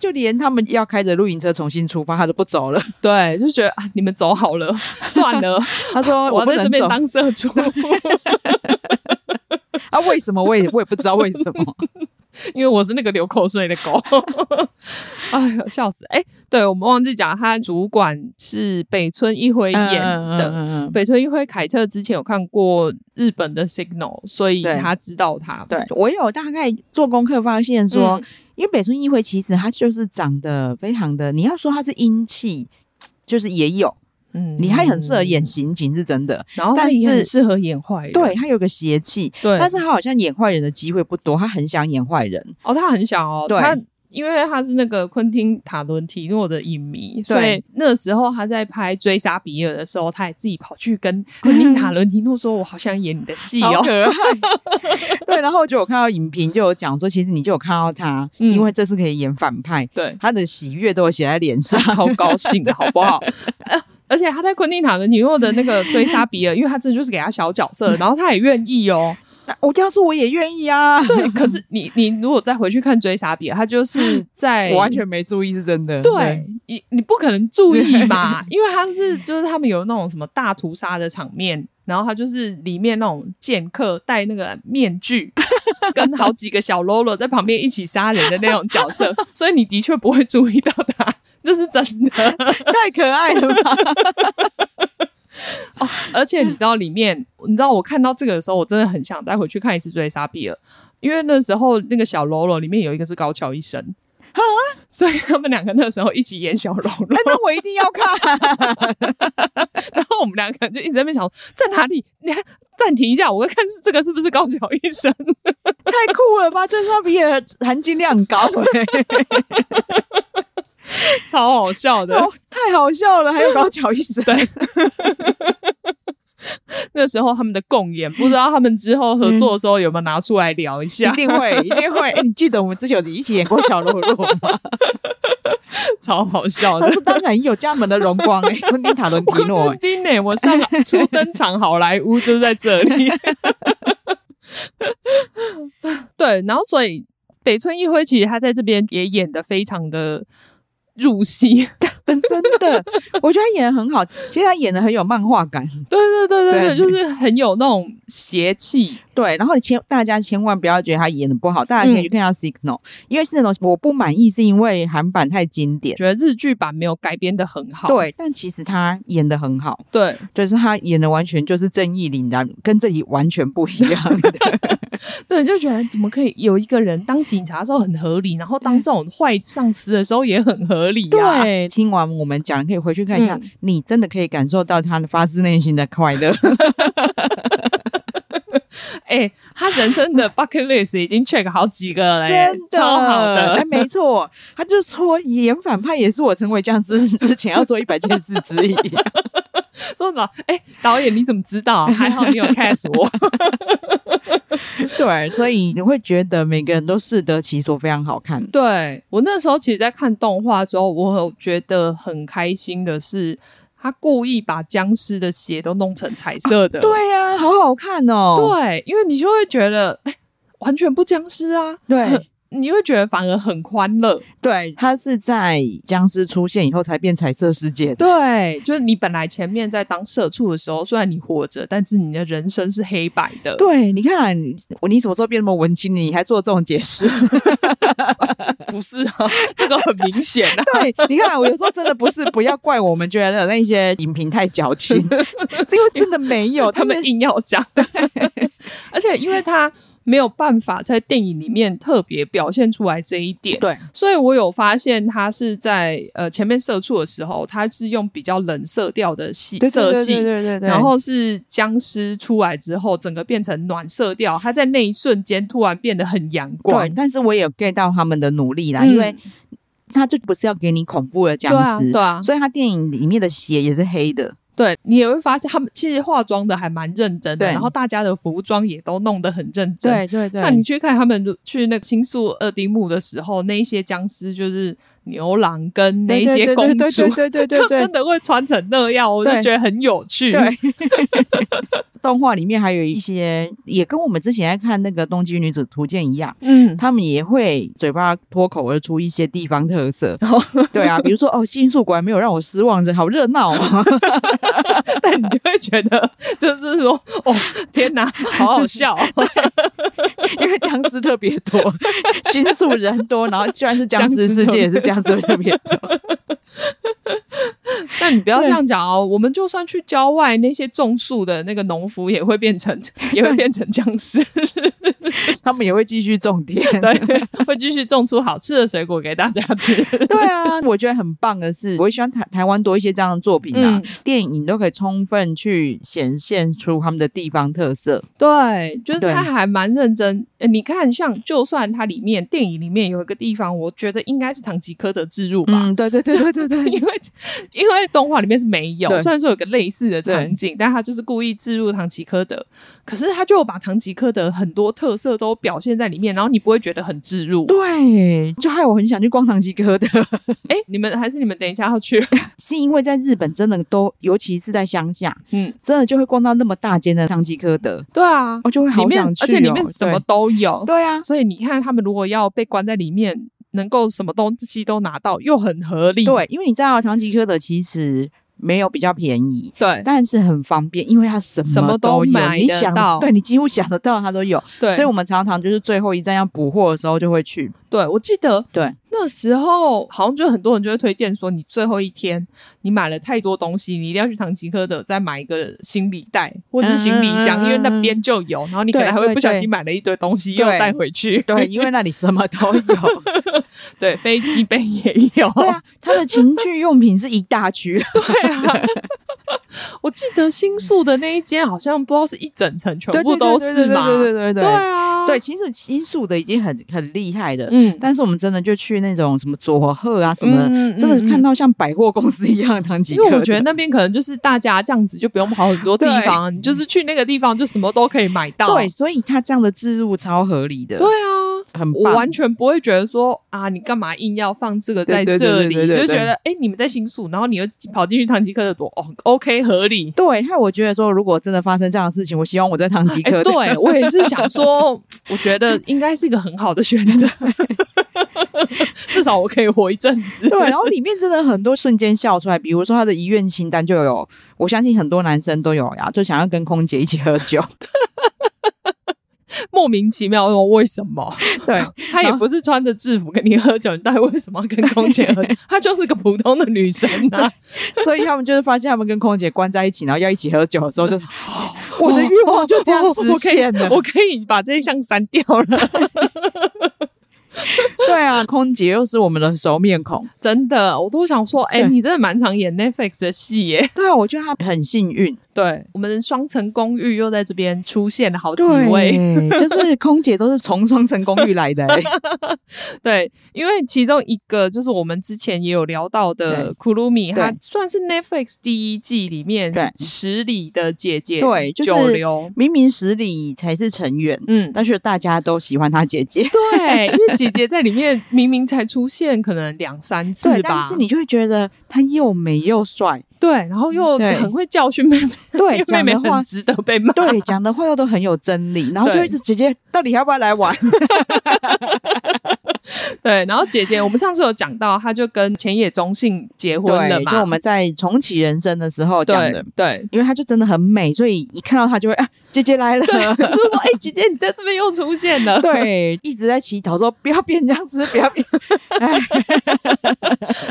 就连他们要开着露营车重新出发，她都不走了。对，就觉得啊，你们走好 了，算了，她说：“我不在这能边走。当 社畜，啊，为什么？我也我也不知道为什么。因为我是那个流口水的狗。 哎呦，笑死！哎、对我们忘记讲，他主管是北村一辉嗯演的。的北村一辉凯特之前有看过日本的 Signal，所以对他知道他。对，我有大概做功课发现说，嗯因为北村一辉其实他就是长得非常的，你要说他是英气，就是也有，嗯你他也很适合演，刑警，是真的。然后他但也很是适合演坏人，对他有个邪气，对，但是他好像演坏人的机会不多，他很想演坏人。哦，他很小哦，对他因为他是那个昆汀塔伦提诺的影迷，所以那时候他在拍《追杀比尔》的时候，他也自己跑去跟 昆汀塔伦提诺说：“我好想演你的戏好哦。可爱。 对，然后就有看到影评就有讲说，其实你就有看到他，嗯因为这次可以演反派”，对，他的喜悦都有写在脸上。他超高兴的好不好？呃而且他在昆汀塔伦提诺的那个《追杀比尔》，因为他真的就是给他小角色，然后他也愿意哦。那 我要是我也愿意啊，对，可是你你如果再回去看《追杀比尔》，他就是在我完全没注意，是真的。对，你你不可能注意嘛， 因为他是就是他们有那种什么大屠杀的场面，然后他就是里面那种剑客戴那个面具，跟好几个小喽啰在旁边一起杀人的那种角色，所以你的确不会注意到他，这是真的。 太可爱了吧！ 而且你知道里面，你知道我看到这个的时候，我真的很想再回去看一次《追杀比尔》，因为那时候那个小喽啰里面有一个是高桥医生。所以他们两个那时候一起演小喽啰 哎，，那我一定要看。然后我们两个就一直在那边想，在哪里？你看暂停一下，我看是这个是不是高桥医生？太酷了吧！就是他比尔含金量很高、 欸，超好笑的。哦太好笑了。还有高桥医生，对，那时候他们的共演，不知道他们之后合作的时候有没有拿出来聊一一下，定会，一定会。哎你记得我们之前有一起演过小喽啰吗？ 超好笑他的。是当然有家门的荣光 哎、昆汀塔伦提诺、哎丁呢？欸我上初登场好莱坞就是在这里。 对，然后所以北村一辉其实他在这边也演的非常的入戏，真真的，我觉得他演的很好，其实他演的很有漫画感。对对对对对对，就是很有那种邪气。对，然后你千大家千万不要觉得他演的不好，大家可以嗯去看一下 Signal，、因为 Signal 我不满意是因为韩版太经典。觉得日剧版没有改编的很好。对，但其实他演的很好，对，就是他演的完全就是正义凛然，跟这里完全不 一样。对，就觉得怎么可以有一个人当警察的时候很合理，然后当这种坏上司的时候也很合理呀、啊。对，听完我们讲，可以回去看一下，嗯你真的可以感受到他的发自内心的快 乐。哎、他人生的 bucket list 已经 check 好几个了、哎真的超好哎，的。没错，他就说演反派也是我成为僵尸之前要做一百件事之 一。说什么？哎、导演你怎么知道？ 还好你有 cast 我。对，所以你会觉得每个人都适得其所，非常好看。 对我那时候其实，在看动画的时候，我有觉得很开心的是，他故意把僵尸的血都弄成彩色的。对啊，好好看哦。对，因为你就会觉得，哎、完全不僵尸啊。对 你会觉得反而很欢乐，对，它是在僵尸出现以后才变彩色世界的。对，就是你本来前面在当社畜的时候，虽然你活着，但是你的人生是黑白的，对，你看我，你什么时候变那么文青？你还做这种解释？，不是啊，这个很明显啊 对，你看，我有时候真的不是不要怪我们觉得那些影评太矫情， 是因为真的没 有他们是硬要讲，而且因为他没有办法在电影里面特别表现出来这一点，对所以我有发现他是在呃前面社畜的时候，他是用比较冷色调的戏对色对系对对对对，然后是僵尸出来之后，整个变成暖色调，它在那一瞬间突然变得很阳光对，。但是我也有 get 到他们的努力啦，嗯因为他就不是要给你恐怖的僵尸，对啊对啊所以他电影里面的血也是黑的，对你也会发现，他们其实化妆的还蛮认真的，对然后大家的服装也都弄得很认真。，对像你去看他们去那个新宿二丁目的时候，那一些僵尸就是牛郎跟那一些公主，对 对对就对真的会穿成那样，我就对觉得很有趣。 对， 动画里面还有一些也跟我们之前在看那个《东京女子图鉴》一样。嗯，他们也会嘴巴脱口而出一些地方特色， 对啊，比如说哦，新宿果然没有让我失望， 人好热闹哦， 但你就会觉得，就是说，哦，天哪，好好笑哦、 因为僵尸特别多， 新宿人多，然后居然是僵尸世界，也是僵尸特别多， 但你不要这样讲哦，我们就算去 郊外，那些种树的那个农夫也会变成，也会变成僵尸。他们也会继续种田。 对， 会继续种出好吃的水果给大家吃。对啊，我觉得很棒的是，我也希望台台湾多一些这样的作品啊，嗯电影都可以充分去显现出他们的地方特色。对，就是对他还蛮认真。呃你看，像就算它里面电影里面有一个地方，我觉得应该是唐吉诃德置入吧。嗯，对对对对对对， 因为因为动画里面是没有对，虽然说有个类似的场景，但他就是故意置入唐吉诃德，可是他就把唐吉诃德很多特色都表现在里面，然后你不会觉得很置入。 对，就害我很想去逛唐吉诃德，哎、你们还是你们等一下 要去，是因为在日本真的都，尤其是在乡下，嗯，真的就会逛到那么大间的唐吉诃德，对啊，我就会 里好面想去、哦。而且里面什么都有对？，对啊，所以你看他们如果要被关在里面，能够什么东西都拿到，又很合理。对，因为你知道唐吉诃德其实没有比较便宜。对但是很方便，因为它什什么都都有，买你得想 到对你几乎想得到它都有，对，所以我们常常就是最后一站要补货的时候就会去。对我记得对那时候好像就很多人就会推荐说，你最后一天你买了太多东西，你一定要去唐吉诃德再买一个行李袋或者是行李箱，嗯因为那边就有，然后你可对能还会对不小对心买了一堆东西对又带回去。对，因为那里什么都 有。对，飞机杯也有。对啊，它的情趣用品是一大区。 啊我记得新宿的那一间好像不知道是一整层 全对部对都对是嘛？对对对对对啊，对，其实新宿的已经很很厉害的，嗯，但是我们真的就去那种什么佐贺啊什么的，嗯嗯嗯真的看到像百货公司一样的唐吉诃因德。为我觉得那边可能就是大家这样子就不用跑很多地对方，你就是去那个地方就什么都可以买到。对，所以它这样的置入超合理的，对，啊，很我棒完。全不会觉得说啊，你干嘛硬要放这个在对对这对里？对对对就觉得哎、诶你们在新宿，然后你又跑进去唐吉诃德多，哦，OK，合理。对，害我觉得说，如果真的发生这样的事情，我希望我在唐吉哎、诃德。对 我也是想说，我觉得应该是一个很好的选 择，至少我可以活一阵子。 对，然后里面真的很多瞬间笑出来，比如说他的遗愿清单就有，我相信很多男生都有呀，就想要跟空姐一起喝 酒。 莫名其妙，我为什么？ 对，她也不是穿着制服跟你喝酒，你到底为什么要跟空姐喝 酒？她就是个普通的女生啊！所以他们就是发现他们跟空姐关在一起，然后要一起喝酒的时 候就，是我的欲望 就这样实我可以现了。，我可以把这一项删掉了。对啊，空姐又是我们的熟面孔。真的，我都想说，哎、对你真的蛮常演 Netflix 的戏耶。对啊，我觉得他很幸运。对， 我们的双层公寓又在这边出现了好几位。对， 就是空姐都是从双层公寓来的、欸。对，因为其中一个就是我们之前也有聊到的对库鲁米，对她算是 Netflix 第一季里对面十里的姐姐，对就是九流。 明明十里才是成员，嗯，但是大家都喜欢她姐姐。对，因为姐姐在里面明明才出现可能两三次对，但吧， 是你就会觉得他又美又 帅，对，然后又嗯对很会教训妹妹，因对， 为妹讲妹的话很，值得被骂。对，讲的话又都很有真理，然后就对一直姐姐到底要不要来玩？ 对，然后姐姐，我们上次有讲到，她就跟前野中信结婚 了对，嘛，就我们在重启人生的时候讲的对。对。因为她就真的很美，所以一看到她就会啊，姐姐来了，就是 说，哎、姐姐，你在这边又出现了。对，一直在乞讨说不要变僵尸，不要 变， 哎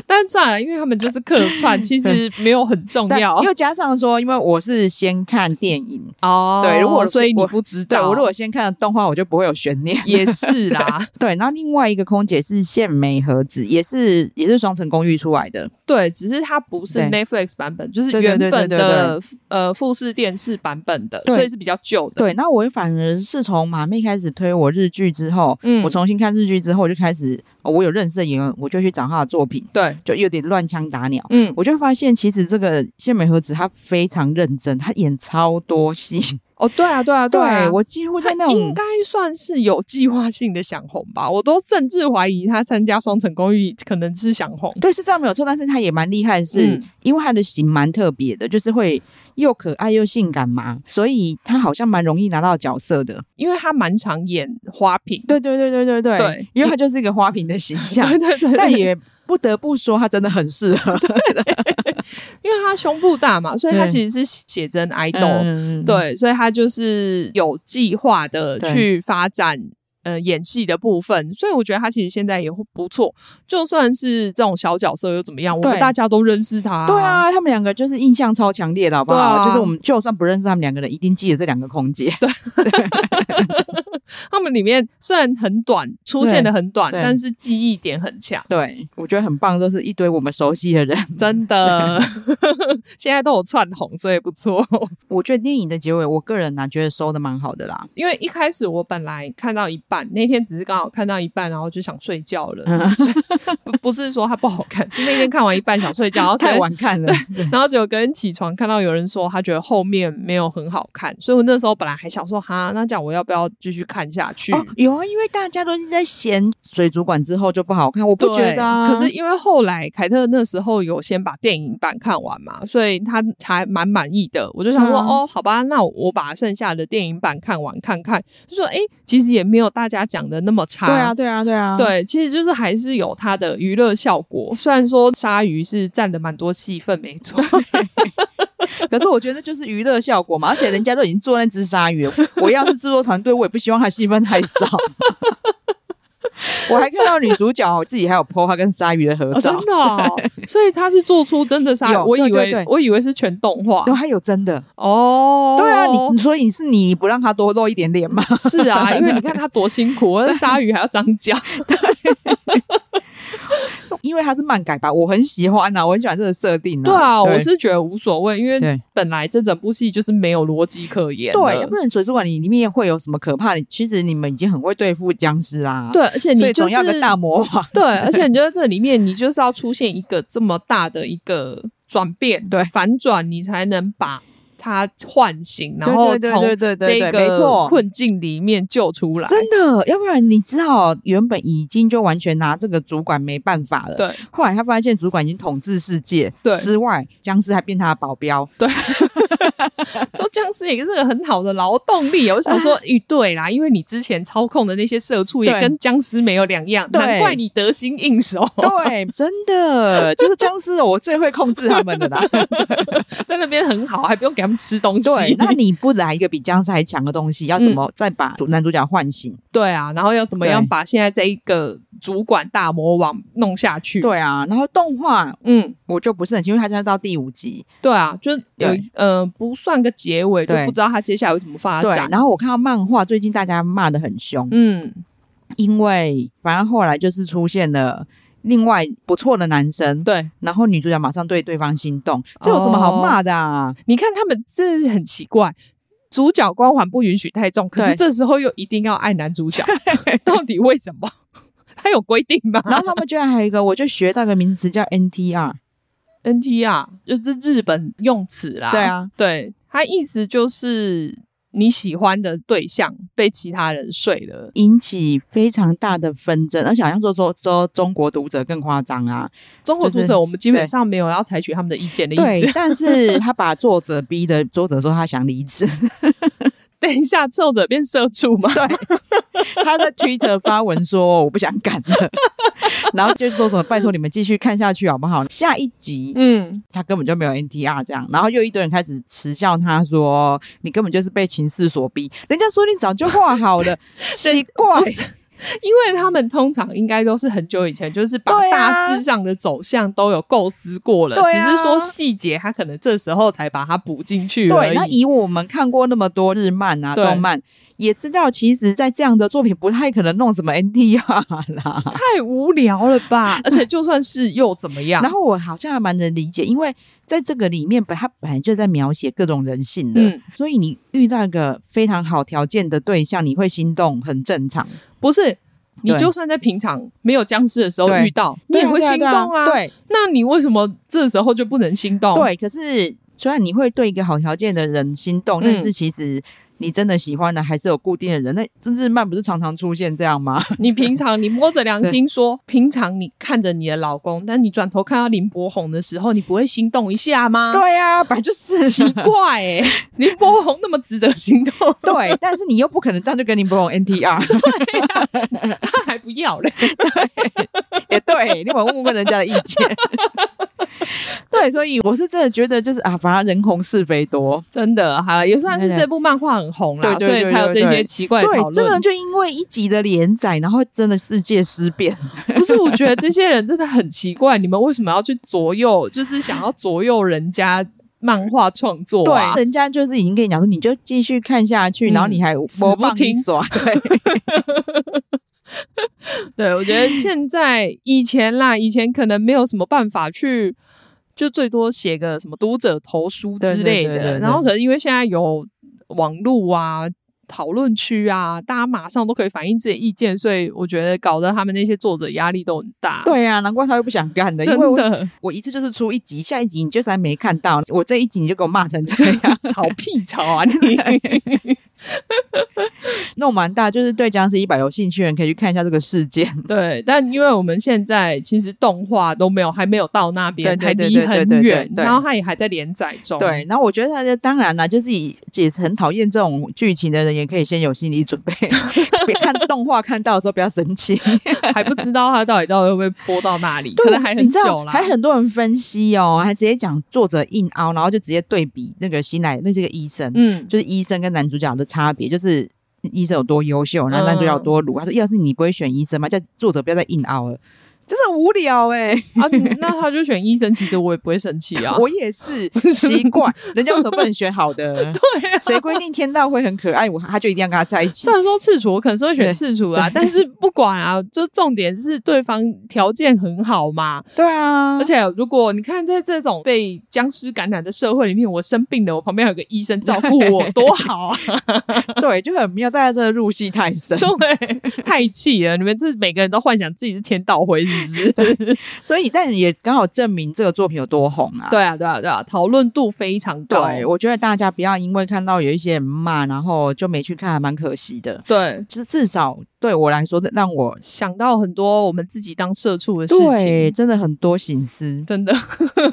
但算了，因为他们就是客串，其实没有很重但要。 又加上说，因为我是先看电影，哦对如果是所以你我不知对道，我如果先看了动画，我就不会有悬 念。 也是啦，对，那另外一个空姐是宪美和子，也是也是双层公寓出来的，对，只是它不是对 Netflix 版本，就是对对原对本对的呃富士电视版本的，对所以是比较旧的。对，那我反而是从马妹开始推我日剧之后，嗯我重新看日剧之后，我就开始、哦我有认识的演员，我就去找他的作品，对，就有点乱枪打鸟。嗯，我就发现，其实这个宪美和子她非常认真，她演超多戏。哦，对啊，对啊，啊，我几乎在那他应种该算是有计划性的想红吧，我都甚至怀疑他参加《双城公寓》可能是想红。对是这样没有错，但是她也蛮厉害的是，嗯因为她的型蛮特别的，就是会又可爱又性感嘛，所以她好像蛮容易拿到角色的。因为他蛮常演花瓶，对对对对对对，对因为她就是一个花瓶的形象，对对对，但也不得不说，她真的很适合。因为他胸部大嘛，所以他对其实是写真 idol，、嗯，对，所以他就是有计划的对去发展呃演戏的部分，所以我觉得他其实现在也会不错，就算是这种小角色又怎么样，我们对大家都认识他，对，啊，他们两个就是印象超强烈的，好不好？对啊就是我们就算不认识他们两个人，一定记得这两个空姐。他们里面虽然很短，出现的很短，对对但是记忆点很强，对，我觉得很棒，都是一堆我们熟悉的人。 真的。现在都有串红，所以不错。我觉得电影的结尾，我个人呢、啊觉得收的蛮好的啦。 因为一开始我本来看到一半，那天只是刚好看到一半，然后就想睡觉了。所以 不不是说它不好看，是那天看完一半想 睡觉，然后太晚。晚看了，对然后结果隔天起床看到有人说他觉得后面没有很好看，所以我那时候本来还想说哈，那这样我要不要继续看下去？哦，有啊，因为大家都是在嫌水族馆之后就不好看，我不对觉得啊。可是因为后来凯特那时候有先把电影版看完嘛，所以他还蛮满意的。我就想说，嗯哦，好吧，那我把剩下的电影版看完看看，就说，诶，其实也没有大家讲的那么差。对啊，对啊，对啊，对，其实就是还是有它的娱乐效果。虽然说鲨鱼是占了蛮多戏份，没错， 可是我觉得就是娱乐效果嘛，而且人家都已经做那只鲨鱼了， 我要是制作团队，我也不希望它戏份太少。 我还看到女主角自己还有 PO 她跟鲨鱼的合哦、照，真的、哦， 所以他是做出真的鲨鱼，有我以为对对对我以为是全 动画然后还有真的，哦。对啊， 你所以你是你不让她多露一点脸吗？是啊，因为你看他多辛苦，那鲨鱼还要长脚，因为它是漫改吧，我很喜欢啊，我很喜欢这个设定、啊。对啊，我是觉得无所谓，因为对本来这整部戏就是没有逻辑可言的，对，要不然水族馆里里面会有什么可怕的？其实你们已经很会对付僵尸啦、对，而且你所以就总是要个大魔王。对，而且你就在这里面，你就是要出现一个这么大的一个转变，对反转，你才能把它唤醒，然对后对从对对对对这没个错困境里面救出 来，真的，要不然你知道，原本已经就完全拿这个主管没办法了。对。后来他发现主管已经统治世界，对之外，僵尸还变他的保 镖。说僵尸也是个很好的劳动力，啊我哎想说，咦，对啦，因为你之前操控的那些社畜也对跟僵尸没有两样，对难怪你得心应手，对，真的就是僵尸，哦我最会控制他们 的啦。在那边很好，还不用给他们吃东西。对， 那你不来一个比僵尸还强的东西，要怎么再把主男主角唤醒？对啊，然后要怎么样对把现在这一个主管大魔王弄下去？，对啊，然后动画嗯，我就不是很清楚，因为他现在到第五集。对啊，就是有对呃不算个结尾，就对不知道他接下来会怎么发对，展。然后我看到漫画最近大家骂的很凶，嗯，因为反正后来就是出现了另外不错的男生，对，然后女主角马上对对方心动，这有什么好骂的啊？你看他们真的很奇怪。主角光环不允许太重，可是对这时候又一定要爱男主 角，到底为什么？ 他有规定吗然后他们居然还有一个，我就学到一个名词叫 NTR， ？NTR 就是日本用词啦。对，啊，对，他意思就是你喜欢的对象被其他人睡了，引起非常大的纷争，而且好像说说说中国读者更夸张啊，中国就是读者，我们基本上没有要采取他们的意见的意对思。，但是他把作者逼的，作者说他想离职， 等一下，作者变社畜嘛？他在 Twitter 发文说我不想干了，然后就说什么拜托你们继续看下去好不好？下一集 嗯，他根本就没有 NTR 这样，然后又一堆人开始耻笑他说你根本就是被情势所逼，人家说你早就画好了，奇怪，因为他们通常应该都是很久以前，就是把对啊大致上的走向都有构思过了，对只啊是说细节他可能这时候才把它补进去而对，那已。以我们看过那么多日漫啊、对动漫，也知道其实，在这样的作品不太可能弄什么 NTR 啦。太无聊了吧？ 而且就算是又怎么样？ 然后我好像还蛮能理解，因为在这个里面本他本来就在描写各种人性的，嗯所以你遇到一个非常好条件的对象，你会心动，很正常。不是你对就算在平常没有僵尸的时候对遇到，你也对啊会对心动啊。对那你为什么这时候就不能心动？对，可是虽然你会对一个好条件的人心动，但嗯是其实你真的喜欢的还是有固定的人。那日漫不是常常出现这样吗？ 你平常你摸着良心说，平常你看着你的老公，但你转头看到林柏宏的时候，你不会心动一下吗？对呀、啊，本来 就是奇怪哎、 林柏宏那么值得心动，对，但是你又不可能这样就跟林柏宏 NTR，他还不 要嘞。也对，你很问问人家的意见。 对，所以我是真的觉得，就是啊，反正人红是非多。真的，好了，也算是这部漫画很红啦，对对对所以才有这对些对奇怪的讨对，真的论。就因为一集的连载，然后真的世界思变。 不是，我觉 得这些人真的很奇怪，你们为什么要去左右，就是想要左右人家漫画创作啊对，。人家就是已经跟你讲说，你就继续看下去，嗯然后你还死不 听耍，对，对，我觉得现在以前啦，以前可能没有什么办法去，就最多写个什么读者投书之类对的。对对对对然后可能因为现在有网络啊、讨论区啊，大家马上都可以反映自己的意见，所以我觉得搞得他们那些作者压力都很大。，对啊，难怪他又不想干的，因真为我 的 我一次就是出一集，下一集你就是还没看到，我这一集你就给我骂成这样，吵屁吵啊！你 弄完大就是对僵尸一百有兴趣的人可以去看一下这个事件，对，但因为我们现在其实动画都没有，还没有到那边，对对对对还离对对很远，对然后它也还在连载中。对，然后我觉得大家当然啦，就是以也是很讨厌这种剧情的人，也可以先有心理准 备，别看动画看到的时候不要生气。还不知道他到底到底会不会播到那里，对 可能还你很知道久啦。还很多人分析哦，还直接讲作者硬凹，然后就直接对比那个新来那是个医生，嗯，就是医生跟男主角的差别，就是医生有多优秀，然后男主角嗯有多鲁。他说：“要是你不会选医生嘛，叫作者不要再硬凹了，真的很无聊哎、。啊，那他就选医生，其实我也不会生气啊 我也 是奇怪，人家为什么不能选好的？对啊，谁规定天道会很可爱，我他就一定要跟他在一起虽？然说赤楚，我可能是会选赤楚啊，但是不管啊，就重点是对方条件很好嘛。对啊而，且如果你看在这种被僵尸感染的社会里面，我生病了，我旁边有个医生照顾 我，多好啊！对，就很妙，大家真的入戏太深。 对，太气了！你们这每个人都幻想自己是天道辉，是不是？所以，但也刚好证明这个作品有多红啊。 对啊，对啊，对啊，讨论度非常高。对，我觉得大家不要因为看到有一些人骂，然后就没去看，还蛮可惜的。对，就是至少对我来说，让我想到很多我们自己当社畜的事对情，。真的很多心思真的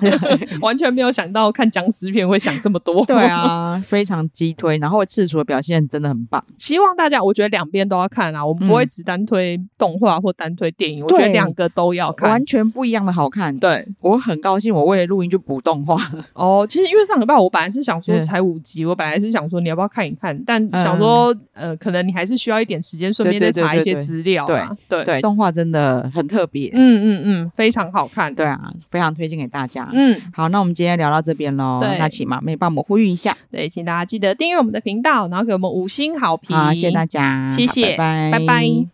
完全没有想到看僵尸片会想这么 多。对，啊，非常激推，然后赤楚的表现真的很棒。希望大家，我觉得两边都要看啊，我们不会只单推动画或单推电影，我觉得对两个都要看完。全不一样的好看，对，我很高兴，我为了录音就补动画了。哦，其实因为上礼拜我本来是想说嗯才五集，我本来是想说你要不要看一看，但想说、呃，可能你还是需要一点时间，顺便再对对对查一对些对资料啊。对对，动画真的很特别，嗯嗯嗯，非常好看。对啊，非常推荐给大家。嗯，好，那我们今天聊到这边喽。对那请马妹帮我们呼吁一下，对，请大家记得订阅我们的频道，然后给我们五星好评。好，谢谢大家，谢谢好拜拜，拜拜